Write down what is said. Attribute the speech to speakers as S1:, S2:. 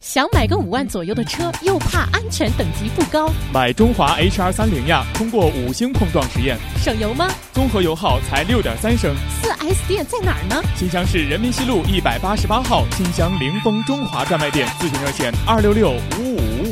S1: 想买个五万左右的车，又怕安全等级不高，
S2: 买中华 HR 三零呀，通过五星碰撞实验，
S1: 省油吗？
S2: 综合油耗才六点三升。
S1: 4S 店在哪儿呢？
S2: 新乡市人民西路一百八十八号新乡凌峰中华专卖店，咨询热线二六六五五五。